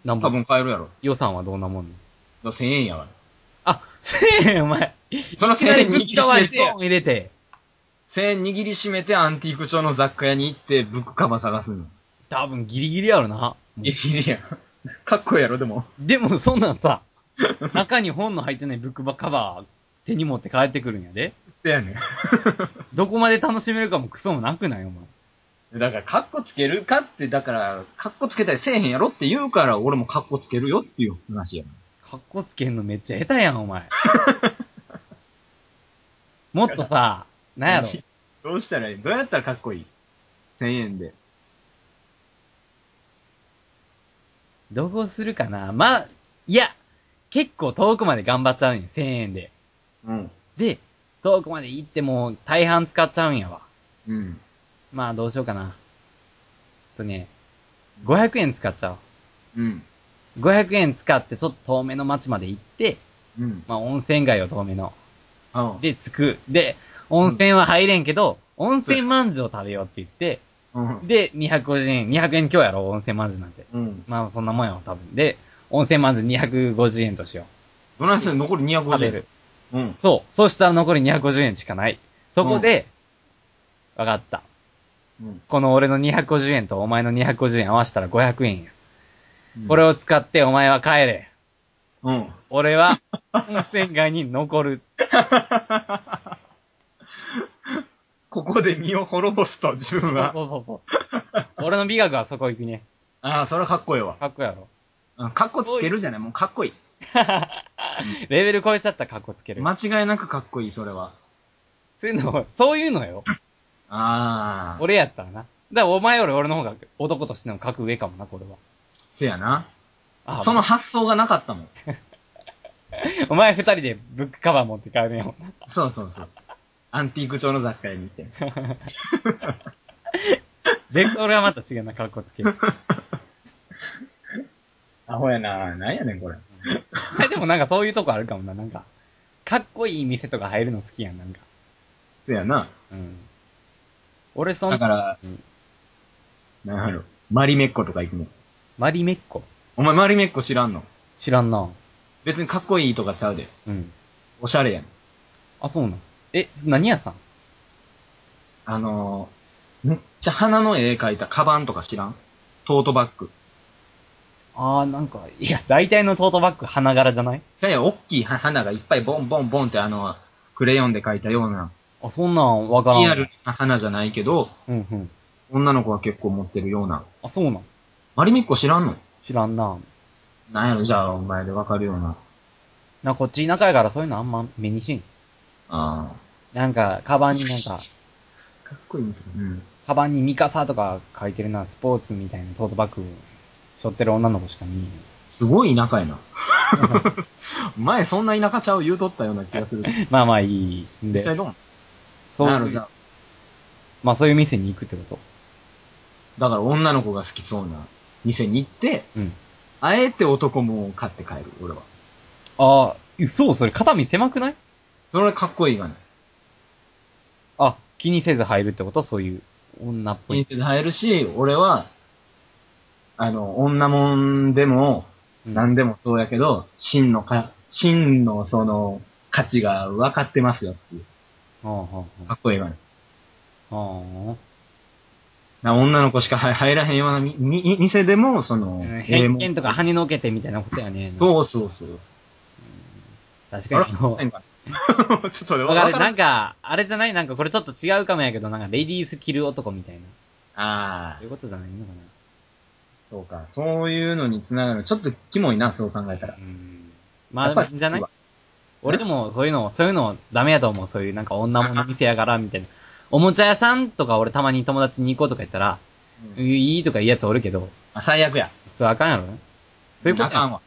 [SPEAKER 1] 何
[SPEAKER 2] 多
[SPEAKER 1] 本
[SPEAKER 2] 分買えるやろ。
[SPEAKER 1] 予算はどんなもんなの
[SPEAKER 2] だ1000円やから。
[SPEAKER 1] あ、1000円お前。
[SPEAKER 2] その
[SPEAKER 1] いきなり
[SPEAKER 2] 1000円握り
[SPEAKER 1] ぶっ
[SPEAKER 2] し
[SPEAKER 1] 壊れ
[SPEAKER 2] めて
[SPEAKER 1] て、ドン入れて。
[SPEAKER 2] 1000円握りしめてアンティーク調の雑貨屋に行って、ブックカバー探すの。
[SPEAKER 1] 多分ギリギリやろな。
[SPEAKER 2] いやいや、かっこええやろ、でも。
[SPEAKER 1] でもそんなん さ、中に本の入ってないブックバカバー手に持って帰ってくるんやで。
[SPEAKER 2] せやねん。
[SPEAKER 1] どこまで楽しめるかもクソもなくないお前。
[SPEAKER 2] だから、かっこつけるかって、だから、かっこつけたりせえへんやろって言うから、俺もかっこつけるよっていう話 や。
[SPEAKER 1] かっこつけんのめっちゃ下手やんお 前。もっとさ、なんやろ。
[SPEAKER 2] どうしたらいいどうやったらかっこいい ?1000 円で。
[SPEAKER 1] どこするかなまあ、いや、結構遠くまで頑張っちゃうんや、1000円で。
[SPEAKER 2] うん。
[SPEAKER 1] で、遠くまで行っても大半使っちゃうんやわ。
[SPEAKER 2] うん。
[SPEAKER 1] まあどうしようかな。えっとね、500円使っちゃおう。
[SPEAKER 2] うん。
[SPEAKER 1] 500円使ってちょっと遠めの町まで行って、
[SPEAKER 2] うん。
[SPEAKER 1] まあ温泉街を遠めの。
[SPEAKER 2] あ
[SPEAKER 1] で、着く。で、温泉は入れんけど、温泉まんじゅうを食べようって言って、
[SPEAKER 2] うん。
[SPEAKER 1] で、250円、200円今日やろ、温泉まんじゅうなんて。
[SPEAKER 2] うん。
[SPEAKER 1] まあそんなもんやろ、多分。で、温泉まんじゅう250円としよ
[SPEAKER 2] どないする残り250
[SPEAKER 1] う。食べる。。
[SPEAKER 2] うん。
[SPEAKER 1] そう。そうしたら残り250円しかない。そこで、わ、かった。
[SPEAKER 2] うん。
[SPEAKER 1] この俺の250円とお前の250円合わせたら500円や。これ
[SPEAKER 2] を。
[SPEAKER 1] を使ってお前は帰れ。
[SPEAKER 2] うん。
[SPEAKER 1] 俺は、温泉街に残る。
[SPEAKER 2] ここで身を滅ぼすと、自
[SPEAKER 1] そう
[SPEAKER 2] 分は。
[SPEAKER 1] そうそうそう。俺の美学はそこ行くね。
[SPEAKER 2] ああ、それはかっこいいわ。
[SPEAKER 1] かっこやろ。
[SPEAKER 2] うんかっこつけるじゃない、もうかっこい
[SPEAKER 1] レベル超えちゃったらかっこつけ
[SPEAKER 2] い。
[SPEAKER 1] る。
[SPEAKER 2] 間違いなくかっこいい、それは。
[SPEAKER 1] そういうの、そういうのよ。
[SPEAKER 2] ああ、
[SPEAKER 1] 俺やったらな。だからお前より俺の方が男としての格上かもな、これは。
[SPEAKER 2] せやな。
[SPEAKER 1] あ
[SPEAKER 2] その発想がなかったもん。
[SPEAKER 1] お前二人でブックカバー持って帰るよ。
[SPEAKER 2] そうそうそう。アンティーク調の雑貨屋に行って。
[SPEAKER 1] ベクトルはまた違うな、格好つける。
[SPEAKER 2] アホやななんやねん、これ。
[SPEAKER 1] え でもなんかそういうとこあるかもな、なんか。かっこいい店とか入るの好きやん、なんか。
[SPEAKER 2] そうやな。
[SPEAKER 1] うん。俺そん
[SPEAKER 2] だか、ら
[SPEAKER 1] うん、
[SPEAKER 2] なんやろ。マリメッコとか行くの。
[SPEAKER 1] マリメッコ。
[SPEAKER 2] お前マリメッコ知らんの
[SPEAKER 1] 知らんな。
[SPEAKER 2] 別にかっこいいとかちゃうで。
[SPEAKER 1] うん。
[SPEAKER 2] おしゃれやん。
[SPEAKER 1] あ、そうなん。え、何屋さん
[SPEAKER 2] あのー、めっちゃ花の絵描いたカバンとか知らんトートバッグ。
[SPEAKER 1] あー、なんか、いや、大体のトートバッグ花柄じゃない
[SPEAKER 2] いやいや、大きい花がいっぱいボンボンボンってあの、クレヨンで描いたような、
[SPEAKER 1] あ、そんなんわからん。
[SPEAKER 2] リアルな花じゃないけど、
[SPEAKER 1] うんうん。
[SPEAKER 2] 女の子が結構持ってるような。
[SPEAKER 1] あ、そうなん。
[SPEAKER 2] マリミッコ知らんの
[SPEAKER 1] 知らんな。
[SPEAKER 2] なんやろ、じゃあお前でわかるような。
[SPEAKER 1] なんかこっち田舎やからそういうのあんま目にしん。
[SPEAKER 2] あ
[SPEAKER 1] なんか、カバンになんか、
[SPEAKER 2] あ。かっこいいみたいな。うん。
[SPEAKER 1] カバンにミカサとか書いてるな、スポーツみたいなトートバッグ背負ってる女の子しか見
[SPEAKER 2] すごい田舎やな。前そんな田舎ちゃう言うとったような気が する。
[SPEAKER 1] えへん。まあまあいい。ん
[SPEAKER 2] 一体
[SPEAKER 1] で、
[SPEAKER 2] どうなん
[SPEAKER 1] そう
[SPEAKER 2] なんやろ、
[SPEAKER 1] い
[SPEAKER 2] じゃ
[SPEAKER 1] う
[SPEAKER 2] あ、
[SPEAKER 1] まあそういう店に行くってこと。
[SPEAKER 2] だから女の子が好きそうな店に行って、
[SPEAKER 1] うん。
[SPEAKER 2] あえて男も買って帰る、俺は。
[SPEAKER 1] あー、そう、それ肩身狭くない
[SPEAKER 2] それかっこいいがね。
[SPEAKER 1] あ、気にせず入るってことそういう女っぽ
[SPEAKER 2] 人
[SPEAKER 1] い。
[SPEAKER 2] 生で入るし、俺は、あの、女もんでも、
[SPEAKER 1] うん
[SPEAKER 2] 何でもそうやけど、真のか、真のその、価値が分かってますよっていう。
[SPEAKER 1] ああ、あ
[SPEAKER 2] かっこいいがね。
[SPEAKER 1] あ、あ
[SPEAKER 2] な女の子しか入入らへんようなみみみ店でも、その、
[SPEAKER 1] あ。
[SPEAKER 2] ええ
[SPEAKER 1] 偏
[SPEAKER 2] もん
[SPEAKER 1] 見とか跳ねのけてみたいなことやね。
[SPEAKER 2] そうそうそう。
[SPEAKER 1] 確
[SPEAKER 2] あ
[SPEAKER 1] からにあの
[SPEAKER 2] ない んかなちょっと分
[SPEAKER 1] わかる。なんんか、あれじゃないなんかこれちょっと違うかもやけど、なんかレディース着る男みたいな。
[SPEAKER 2] ああ
[SPEAKER 1] そうい、うことじゃないのかな。
[SPEAKER 2] そうか。そういうのにつながる。ちょっとキモいな、そう考えたら
[SPEAKER 1] う。ん。まあ
[SPEAKER 2] や
[SPEAKER 1] で
[SPEAKER 2] っぱ
[SPEAKER 1] も
[SPEAKER 2] り
[SPEAKER 1] いいんじゃない
[SPEAKER 2] 好き
[SPEAKER 1] 俺でもそういうの、そういうのダメやと思う。そういうなんか女物見てやから、みたいな。おもちゃ屋さんとか俺たまに友達に行こうとか言ったら、
[SPEAKER 2] う
[SPEAKER 1] いいとか言うやつおるけど、
[SPEAKER 2] あ最悪や。
[SPEAKER 1] それあかんやろな。そういうこ
[SPEAKER 2] あ
[SPEAKER 1] と
[SPEAKER 2] か
[SPEAKER 1] や
[SPEAKER 2] んわ。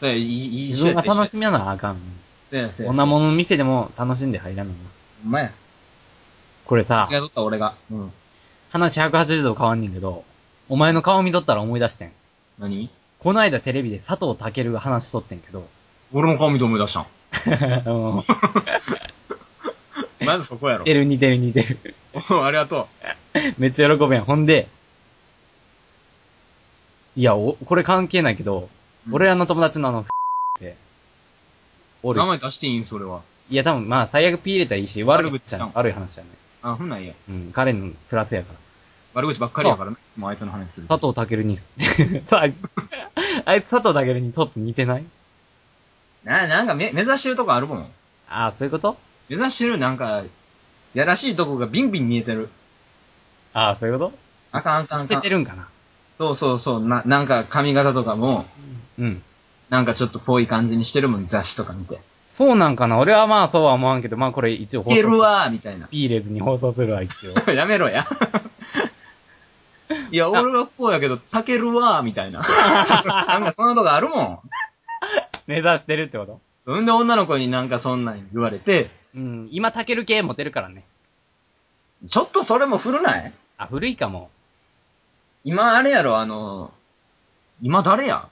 [SPEAKER 2] それ、いい、いい
[SPEAKER 1] 自分が楽
[SPEAKER 2] し
[SPEAKER 1] しみならあかん。
[SPEAKER 2] い。
[SPEAKER 1] 女物の店でも楽しんで入らんのな。
[SPEAKER 2] お前や。
[SPEAKER 1] これさ
[SPEAKER 2] 気、が取った俺が。うん。
[SPEAKER 1] 話180度変わんねんけど、お前の顔見とったら思い出してん。
[SPEAKER 2] 何
[SPEAKER 1] この間テレビで佐藤健が話しとってんけ ど、
[SPEAKER 2] 俺の顔見て思い出 したん。
[SPEAKER 1] うん
[SPEAKER 2] まずそこや
[SPEAKER 1] 似
[SPEAKER 2] ろ
[SPEAKER 1] てる似てる似てる。
[SPEAKER 2] おありがと
[SPEAKER 1] めっちゃ喜ぶやん。ほんで、いや、お、これ関係ないけど、
[SPEAKER 2] うん
[SPEAKER 1] 俺らの友達のあの、って、お
[SPEAKER 2] う。
[SPEAKER 1] る
[SPEAKER 2] 名。前出していいんそれは。
[SPEAKER 1] いや、多分まあ、最悪ピー入れたらいいし、悪
[SPEAKER 2] 悪
[SPEAKER 1] 口
[SPEAKER 2] 口
[SPEAKER 1] じ
[SPEAKER 2] じ
[SPEAKER 1] ゃ
[SPEAKER 2] ゃ
[SPEAKER 1] ん
[SPEAKER 2] ん。
[SPEAKER 1] 悪い話じゃない。
[SPEAKER 2] あ、ふんないや。
[SPEAKER 1] うん、彼のプラスやから。
[SPEAKER 2] 悪口ばっかりやからね。もうあいつの話する。
[SPEAKER 1] 佐藤健に、そう あいつ、あいつ佐藤健にちょっと似てない
[SPEAKER 2] な、なんかめ、目指してるとこあるもん。
[SPEAKER 1] ああ、そういうこと
[SPEAKER 2] 目指してるなんか、やらしいとこがビンビン見えてる。
[SPEAKER 1] ああ、そういうこ
[SPEAKER 2] あかんあか
[SPEAKER 1] と
[SPEAKER 2] んあ
[SPEAKER 1] 捨て
[SPEAKER 2] かん
[SPEAKER 1] て。るんかな
[SPEAKER 2] そうそうそう。な、なんか髪型とかも、
[SPEAKER 1] うん。
[SPEAKER 2] なんかちょっとぽい感じにしてるもん、雑誌とか見て。
[SPEAKER 1] そうなんかな俺はまあそうは思わんけど、まあこれ一応
[SPEAKER 2] い
[SPEAKER 1] 放送
[SPEAKER 2] け
[SPEAKER 1] する
[SPEAKER 2] る。わー、みたいな。
[SPEAKER 1] ピー入れずに放送するわ、一応。
[SPEAKER 2] やめろや。 いや、俺はこうやけど、たけるわー、みたいな。 なんかそんなとこあるもん。
[SPEAKER 1] 目指してるってこと
[SPEAKER 2] そんで女の子になんかそんなん言われて、
[SPEAKER 1] うん。今、タケル系持てるからね。
[SPEAKER 2] ちょっとそれも古ない
[SPEAKER 1] あ、古いかも。
[SPEAKER 2] 今あれやろ、あの、今誰や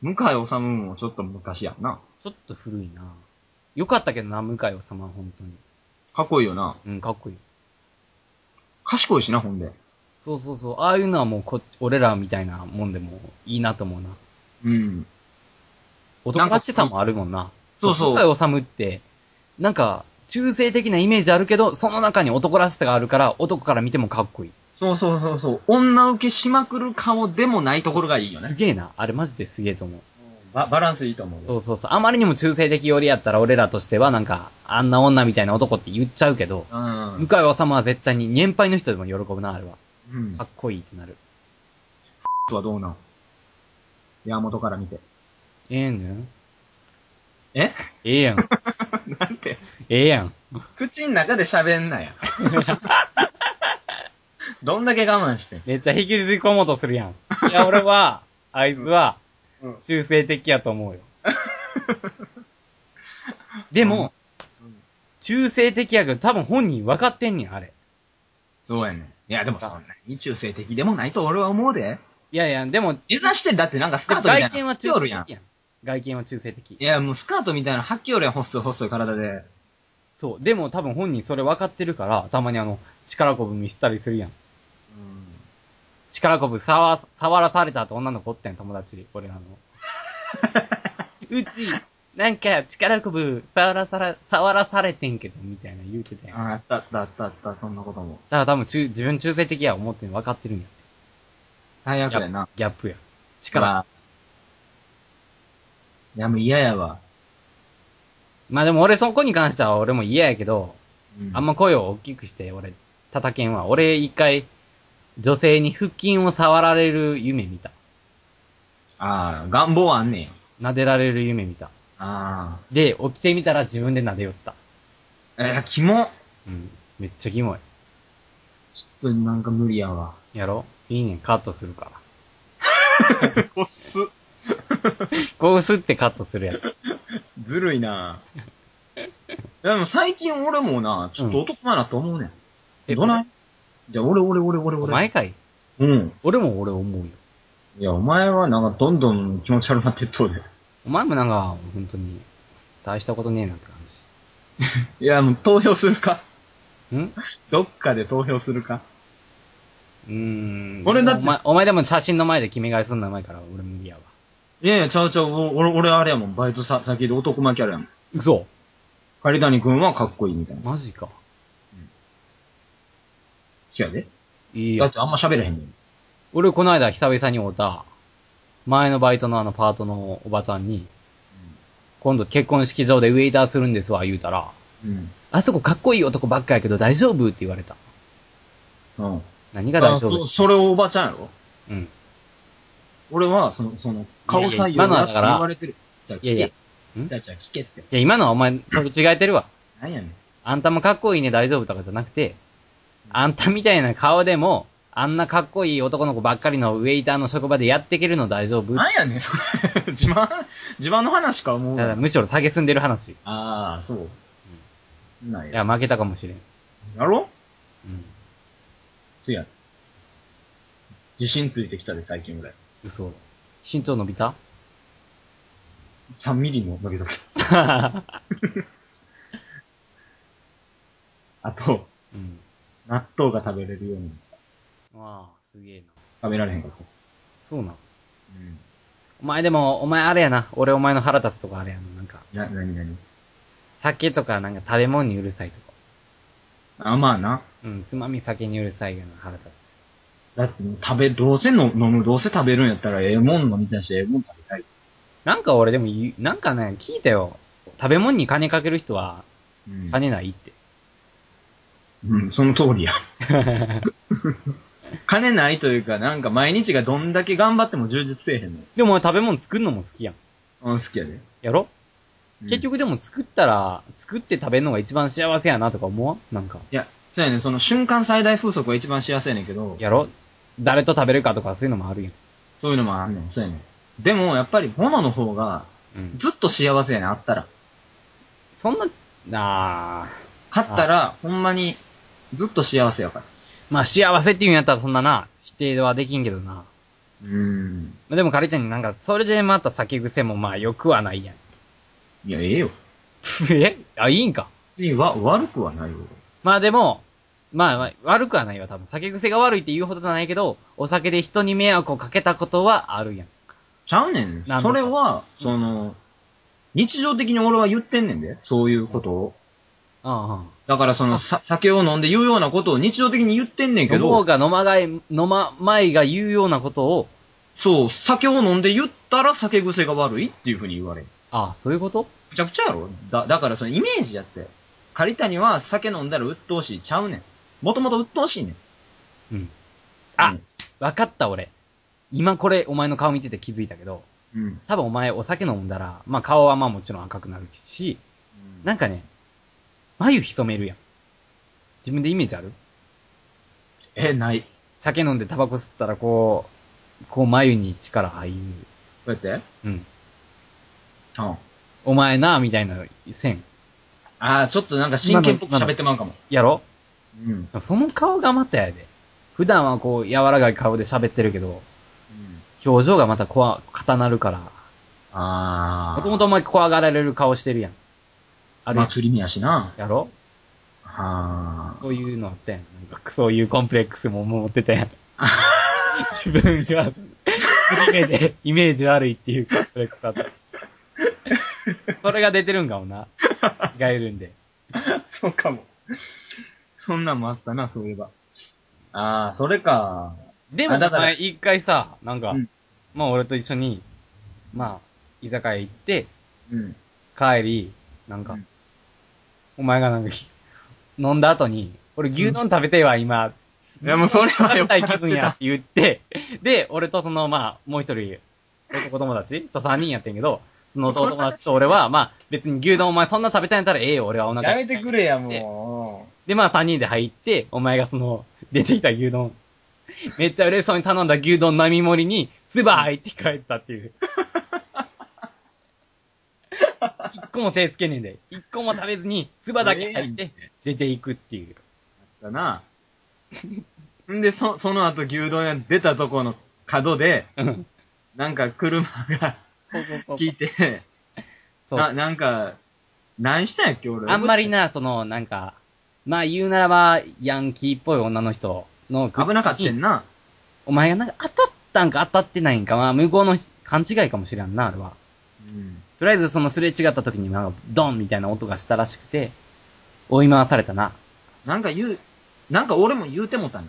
[SPEAKER 2] 向井治もちょっと昔やんな。
[SPEAKER 1] ちょっと古いなよかったけどな、向井治は本当に。
[SPEAKER 2] かっこいいよな。
[SPEAKER 1] うん、かっこいい。
[SPEAKER 2] 賢いしな、ほんで。
[SPEAKER 1] そうそうそう。ああいうのはもうこ、俺らみたいなもんでもいいなと思うな。
[SPEAKER 2] うん。
[SPEAKER 1] 男らしさもあるもんな。
[SPEAKER 2] そうそう
[SPEAKER 1] 向井治って、なんか、中性的なイメージあるけど、その中に男らしさがあるから、男から見てもかっこいい。
[SPEAKER 2] そうそうそうそう。女受けしまくる顔でもないところがいいよね
[SPEAKER 1] す。げえな。あれマジですげえと思う。
[SPEAKER 2] ババランスいいと思う。
[SPEAKER 1] そうそうそう。あまりにも中性的寄りやったら、俺らとしてはなんか、あんな女みたいな男って言っちゃうけど、
[SPEAKER 2] う。ん。
[SPEAKER 1] 向井治は絶対に年配の人でも喜ぶな、あれは。
[SPEAKER 2] うん。
[SPEAKER 1] かっこいいってなる。
[SPEAKER 2] とはどうなん山本から見て。
[SPEAKER 1] ええんじゃん
[SPEAKER 2] え
[SPEAKER 1] ええやん。
[SPEAKER 2] なんて、
[SPEAKER 1] ええやん。
[SPEAKER 2] 口の中で喋んな や。どんだけ我慢してん。
[SPEAKER 1] めっちゃ引きずり込もうとするやん。いや、俺 は、あいつは
[SPEAKER 2] うん、
[SPEAKER 1] 中性的やと思うよ。でも、
[SPEAKER 2] うん
[SPEAKER 1] 中性的やけど多分本人分かってんねん、あれ。
[SPEAKER 2] そうやねん。いや、でもそんなに中性的でもないと俺は思うで。
[SPEAKER 1] いやいや、でも、
[SPEAKER 2] 目指してんだってなんかスカートみたいな。
[SPEAKER 1] 外見は中
[SPEAKER 2] お
[SPEAKER 1] 性
[SPEAKER 2] る
[SPEAKER 1] 的
[SPEAKER 2] や
[SPEAKER 1] や
[SPEAKER 2] ん
[SPEAKER 1] ん。。外見は中性的
[SPEAKER 2] い。や、もうスカートみたいな、はっきり俺は細い細い体で。
[SPEAKER 1] そう。でも多分本人それ分かってるから、たまにあの、力こぶ見せたりするやん。力こぶ触、触らされたって女の子おってん、友達に。 俺あの。うち、なんか力こぶ触らさら、触らされてんけど、みたいな言うてたやん。だか
[SPEAKER 2] ああったあったあったあった、そんなことも。
[SPEAKER 1] ら多分中、自分中性的や思ってんの分かってるんやって。
[SPEAKER 2] 最悪
[SPEAKER 1] ギャ
[SPEAKER 2] やな。
[SPEAKER 1] ギャップや。力。
[SPEAKER 2] 力。いや、もう嫌やわ。
[SPEAKER 1] まあでも俺そこに関しては俺も嫌やけど、
[SPEAKER 2] うん
[SPEAKER 1] あんま声を大きくして俺、叩けんわ。俺一回、女性に腹筋を触られる夢見た。
[SPEAKER 2] ああ、願望はあんねんよ。
[SPEAKER 1] 撫でられる夢見た。
[SPEAKER 2] あ
[SPEAKER 1] で、起きてみたら自分で撫で寄った。
[SPEAKER 2] あ。えー、キモ。
[SPEAKER 1] うん。めっちゃキモい。
[SPEAKER 2] ちょっとなんか無理やわ。
[SPEAKER 1] やろいいねん、カットするから。
[SPEAKER 2] こっす。
[SPEAKER 1] こうすってカットするやつ。
[SPEAKER 2] ずるい なでも最近俺もな、ちょっと男前なと思うねん。
[SPEAKER 1] え
[SPEAKER 2] どないじゃあ俺俺俺俺
[SPEAKER 1] お
[SPEAKER 2] 俺。
[SPEAKER 1] 前かい
[SPEAKER 2] うん。
[SPEAKER 1] 俺も俺思うよ。
[SPEAKER 2] いや、お前はなんかどんどん気持ち悪くなってっとうで。
[SPEAKER 1] お前もなんか、本当に、大したことねえなって感
[SPEAKER 2] いや、もう投票するか。
[SPEAKER 1] じ。ん
[SPEAKER 2] どっかで投票するか。
[SPEAKER 1] うーん。
[SPEAKER 2] 俺だって
[SPEAKER 1] お前、お前でも写真の前で決め替えすんのうまいから、俺無理やわ。
[SPEAKER 2] いやいや、ちゃうちゃう、お俺、俺あれやもん、バイトさ先で男前キャラやもん。
[SPEAKER 1] 嘘
[SPEAKER 2] 狩谷くんはかっこいいみたいな。好
[SPEAKER 1] マジか。
[SPEAKER 2] きやで。
[SPEAKER 1] いい
[SPEAKER 2] だ
[SPEAKER 1] や
[SPEAKER 2] っ。てあんま喋れへんねん。
[SPEAKER 1] 俺この間久々に会うた、前のバイトのあのパートのおばちゃんに、今度結婚式場でウェイターするんですわ、言うたら、
[SPEAKER 2] うん。
[SPEAKER 1] あそこかっこいい男ばっかやけど大丈夫って言われた。
[SPEAKER 2] うん。
[SPEAKER 1] 何が大丈
[SPEAKER 2] あそ
[SPEAKER 1] 夫
[SPEAKER 2] それおばちゃんやろ
[SPEAKER 1] うん。
[SPEAKER 2] 俺は、その、その、顔
[SPEAKER 1] いやいや今
[SPEAKER 2] 採用
[SPEAKER 1] のはだ
[SPEAKER 2] だっ
[SPEAKER 1] か
[SPEAKER 2] て
[SPEAKER 1] ら
[SPEAKER 2] 言われてる。じゃあ聞け。
[SPEAKER 1] いやいや。ん
[SPEAKER 2] じゃあじゃあ聞けって。
[SPEAKER 1] いや、今のはお前、取り違えてるわ。
[SPEAKER 2] なんやねん。
[SPEAKER 1] あんたもかっこいいね、大丈夫とかじゃなくて、あんたみたいな顔でも、あんなかっこいい男の子ばっかりのウェイターの職場でやっていけるの大丈夫
[SPEAKER 2] なんやねん、それ。 自慢、自慢の話か思う
[SPEAKER 1] だ
[SPEAKER 2] な。
[SPEAKER 1] からむしろげすんでる話。い
[SPEAKER 2] ああ、そう。なんや。
[SPEAKER 1] や、負けたかもしれん。
[SPEAKER 2] やろ
[SPEAKER 1] うん。
[SPEAKER 2] つや。自信ついてきたで、最近ぐらい。
[SPEAKER 1] 嘘。身長伸び た
[SPEAKER 2] 3ミリも伸びとけ。あと、
[SPEAKER 1] うん。
[SPEAKER 2] 納豆が食べれるように
[SPEAKER 1] わあ、すげえな。
[SPEAKER 2] 食べられへんから。
[SPEAKER 1] そうなの。
[SPEAKER 2] うん。
[SPEAKER 1] お前でも、お前あれやな。俺お前の腹立つとかあれやな。なんか、
[SPEAKER 2] な、なになに
[SPEAKER 1] 酒とかなんか食べ物にうるさいとか。
[SPEAKER 2] あ、まあな。
[SPEAKER 1] うん、つまみ酒にうるさいよな、腹立つ。
[SPEAKER 2] だって食べ、どうせの飲む、どうせ食べるんやったらええもん飲みたいし、ええもん食べたい。
[SPEAKER 1] なんか俺でも言う、なんかね、聞いたよ。食べ物に金かける人は、
[SPEAKER 2] うん
[SPEAKER 1] 金ないって。
[SPEAKER 2] うん、その通りや。 金ないというか、なんか毎日がどんだけ頑張っても充実せえへんの。
[SPEAKER 1] でもお前食べ物作るのも好きやん。
[SPEAKER 2] うん、好きやで。
[SPEAKER 1] やろ、
[SPEAKER 2] うん
[SPEAKER 1] 結局でも作ったら、作って食べるのが一番幸せやなとか思わんなんか。
[SPEAKER 2] いや、そうやね、その瞬間最大風速が一番幸せやねんけど、
[SPEAKER 1] やろ誰と食べるかとかそういうのもあるやん。
[SPEAKER 2] そういうのもあんねん、そうやねん。でも、やっぱり物の方が、
[SPEAKER 1] うん。
[SPEAKER 2] ずっと幸せやねん、あったら。
[SPEAKER 1] そんな、なあ
[SPEAKER 2] 勝ったら、ほんまに、ずっと幸せやから。
[SPEAKER 1] まあ幸せっていうんやったらそんなな、否定はできんけどな。
[SPEAKER 2] うーん。
[SPEAKER 1] まあでも借りてんなんか、それでまた酒癖もまあ良くはないやん。
[SPEAKER 2] いや、ええよ。
[SPEAKER 1] えあ、いいんか。
[SPEAKER 2] 別にわ、悪くはないよ。
[SPEAKER 1] まあでも、まあ、まあ、悪くはないわ、多分。酒癖が悪いって言うほどじゃないけど、お酒で人に迷惑をかけたことはあるやん。
[SPEAKER 2] ちゃうねん。
[SPEAKER 1] なんで
[SPEAKER 2] それは、その、日常的に俺は言ってんねんで、そういうことを。
[SPEAKER 1] あ
[SPEAKER 2] だからその、さ酒を飲んで言うようなことを日常的に言ってんね
[SPEAKER 1] あ。
[SPEAKER 2] んけ
[SPEAKER 1] 飲もう
[SPEAKER 2] ど、
[SPEAKER 1] が飲まがい、飲ま、前が言うようなことを、
[SPEAKER 2] そう、酒を飲んで言ったら酒癖が悪いっていうふうに言われる。
[SPEAKER 1] ああ、そういうこと
[SPEAKER 2] むちゃくちゃやろだ、だからそのイメージやって。借谷は酒飲んだら鬱陶しいちゃうねん。もともと鬱陶しいねん。
[SPEAKER 1] うん。あ
[SPEAKER 2] うん
[SPEAKER 1] わかった、俺。今これ、お前の顔見てて気づいたけど、
[SPEAKER 2] うん。
[SPEAKER 1] 多分お前お酒飲んだら、まあ顔はまあもちろん赤くなるし、なんかね、眉潜めるやん。自分でイメージある
[SPEAKER 2] え、ない。こ
[SPEAKER 1] 酒飲んでタバコ吸ったらこう、こう眉に力入る。
[SPEAKER 2] うやって
[SPEAKER 1] うん。
[SPEAKER 2] うん。
[SPEAKER 1] お前な、みたいな線。
[SPEAKER 2] ああ、ちょっとなんか真剣っぽく喋ってまうかも。
[SPEAKER 1] やろ
[SPEAKER 2] うん。うん
[SPEAKER 1] その顔がまたやで。普段はこう、柔らかい顔で喋ってるけど、表情がまた怖、固なるから。
[SPEAKER 2] ああ。
[SPEAKER 1] もともとお前怖がられる顔してるやん。あるやん
[SPEAKER 2] 祭りにやしな。
[SPEAKER 1] やろ
[SPEAKER 2] あ
[SPEAKER 1] そういうのあったやん。なんかそういうコンプレックスも持ってた やん。自分じゃ、釣り目でイメージ悪いっていうコンプレックスあった。それが出てるんかもな。違えるんで。
[SPEAKER 2] あ。そうかも。そんなんもあったな、そういえば。ああ、それか。
[SPEAKER 1] でも、お
[SPEAKER 2] あだから
[SPEAKER 1] 前一回さ、なんか、
[SPEAKER 2] うん
[SPEAKER 1] まあ俺と一緒に、まあ、居酒屋行って、
[SPEAKER 2] うん。
[SPEAKER 1] 帰り、なんか、
[SPEAKER 2] うん
[SPEAKER 1] お前がなんか、飲んだ後に、俺牛丼食べてえわ、今。
[SPEAKER 2] いやもうそれ は酔っ払ってた
[SPEAKER 1] い気分やって言って、で、俺とその、まあ、もう一人、男友達と三人やってんけど、その男友達と俺は、まあ、別に牛丼お前そんな食べたいんやったらええよ、俺はお腹。
[SPEAKER 2] やめてくれや、も
[SPEAKER 1] で、まあ三人で入って、お前がその、出てきた牛丼。めっちゃ嬉しそうに頼んだ牛丼並盛りに、スバーイって帰ったって いう。一個も手つけねえんで。一個も食べずに、スバだけ入って、出ていくっていう。
[SPEAKER 2] う。だな。んで、そ、その後牛丼屋出たとこの角で、
[SPEAKER 1] うん
[SPEAKER 2] なんか車が
[SPEAKER 1] そうそう
[SPEAKER 2] 聞いて、
[SPEAKER 1] そう。
[SPEAKER 2] な、なんか、何したんやっけ、俺。
[SPEAKER 1] あんまりな、その、なんか、まあ言うならば、ヤンキーっぽい女の人の、
[SPEAKER 2] 危なかったんな。
[SPEAKER 1] お前がなんか当たったんか当たってないんか、まあ向こうの勘違いかもしれんな、あれは。
[SPEAKER 2] うん。
[SPEAKER 1] とりあえずそのすれ違った時になんかドンみたいな音がしたらしくて、追い回されたな。
[SPEAKER 2] なんか言う、なんか俺も言うてもたの。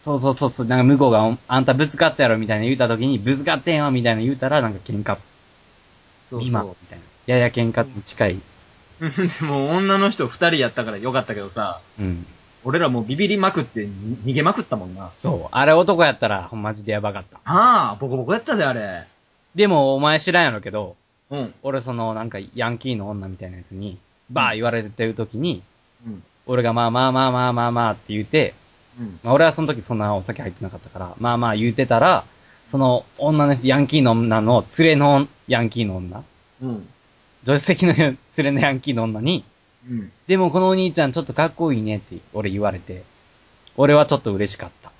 [SPEAKER 1] そうそうそうそう、なんか向こうがおあんたぶつかったやろみたいな言うた時に、ぶつかってんわみたいな言うたらなんか喧嘩、
[SPEAKER 2] そうそう
[SPEAKER 1] 今、みたいな。やや喧嘩に近い。
[SPEAKER 2] うん でも女の人二人やったからよかったけどさ、
[SPEAKER 1] うん。
[SPEAKER 2] 俺らもうビビりまくってに逃げまくったもんな。
[SPEAKER 1] そう。あれ男やったら、ほんまじでやばかった。
[SPEAKER 2] ああ、ボコボコやったで、あれ。
[SPEAKER 1] でも、お前知らんやろけど、
[SPEAKER 2] うん。
[SPEAKER 1] 俺その、なんか、ヤンキーの女みたいなやつに、バー言われてる時に、
[SPEAKER 2] うん。
[SPEAKER 1] 俺がまあまあまあまあまあまあって言うて、
[SPEAKER 2] うん。
[SPEAKER 1] まあ、俺はその時そんなお酒入ってなかったから、まあまあ言うてたら、その女の人、ヤンキーの女の、連れのヤンキーの女、
[SPEAKER 2] うん。
[SPEAKER 1] 助手席の 連れのヤンキーの女に、
[SPEAKER 2] うん。
[SPEAKER 1] でもこのお兄ちゃんちょっとかっこいいねって俺言われて、俺はちょっと嬉しかった。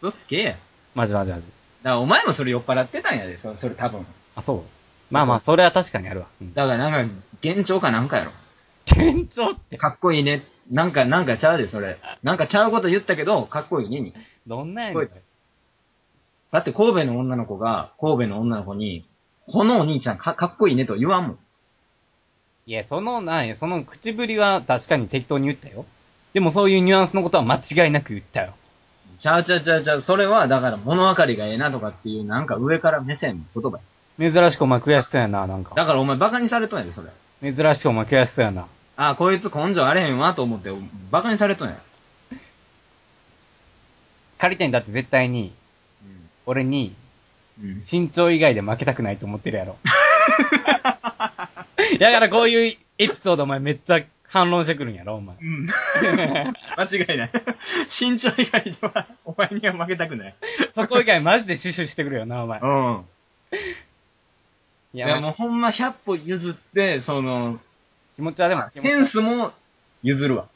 [SPEAKER 2] 嘘つけや。だか
[SPEAKER 1] まじまじまじ。
[SPEAKER 2] らお前もそれ酔っ払ってたんやで、そそれ多分。
[SPEAKER 1] あ、そうまあまあ、それは確かにあるわ。うん、
[SPEAKER 2] だからなんか、幻聴かなんかやろ。
[SPEAKER 1] 店長って、
[SPEAKER 2] かっこいいね。なんか、なんかちゃうで、それ。なんかちゃうこと言ったけど、かっこいいねに。
[SPEAKER 1] どんなんやねん。
[SPEAKER 2] だって神戸の女の子が、神戸の女の子に、このお兄ちゃんかかっこいいねと言わんもん。
[SPEAKER 1] いや、その、なんや、その口ぶりは確かに適当に言ったよ。でもそういうニュアンスのことは間違いなく言ったよ。
[SPEAKER 2] ちゃうちゃうちゃうちゃう、それはだから物分かりがええなとかっていうなんか上から目線の言葉や
[SPEAKER 1] 珍しくお前悔しそうやな、なんか。
[SPEAKER 2] だからお前バカにされとんやで、それ。
[SPEAKER 1] 珍しくお前悔しそうやな。
[SPEAKER 2] ああ、こいつ根性あれへんわと思って、バカにされとんや。
[SPEAKER 1] 借りたいんだって絶対に、俺に、
[SPEAKER 2] うん。うん。
[SPEAKER 1] 身長以外で負けたくないと思ってるや ろ。だからこういうエピソードお前めっちゃ反論してくるんやろ、お前。
[SPEAKER 2] うん。 間違いない。身長以外では、お前には負けたくない。
[SPEAKER 1] そこ以外マジで死守してくるよな、お前
[SPEAKER 2] う。ん。
[SPEAKER 1] い
[SPEAKER 2] い
[SPEAKER 1] や、
[SPEAKER 2] や、
[SPEAKER 1] まあ
[SPEAKER 2] もうほんま100歩譲って、その、
[SPEAKER 1] 気持ちはでも、気
[SPEAKER 2] セ
[SPEAKER 1] 持ち
[SPEAKER 2] ンスも譲 るわ。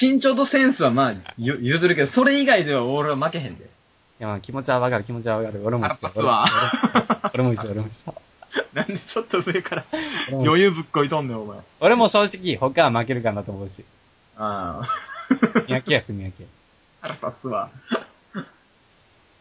[SPEAKER 2] 身長とセンスはまあ、ゆ譲るけど、それ以外では俺は負けへんで。
[SPEAKER 1] いやまあ気持ちはわかる、気持ちはわかる。俺も一緒。
[SPEAKER 2] 腹立つわ
[SPEAKER 1] 俺も一緒、俺も一緒。
[SPEAKER 2] なんでちょっと上から
[SPEAKER 1] うん
[SPEAKER 2] 余裕ぶっこいとんねん、お前。
[SPEAKER 1] 俺も正直、他は負けるかなと思うし。
[SPEAKER 2] ああ。
[SPEAKER 1] 三宅やす、三宅。
[SPEAKER 2] 腹立つわ。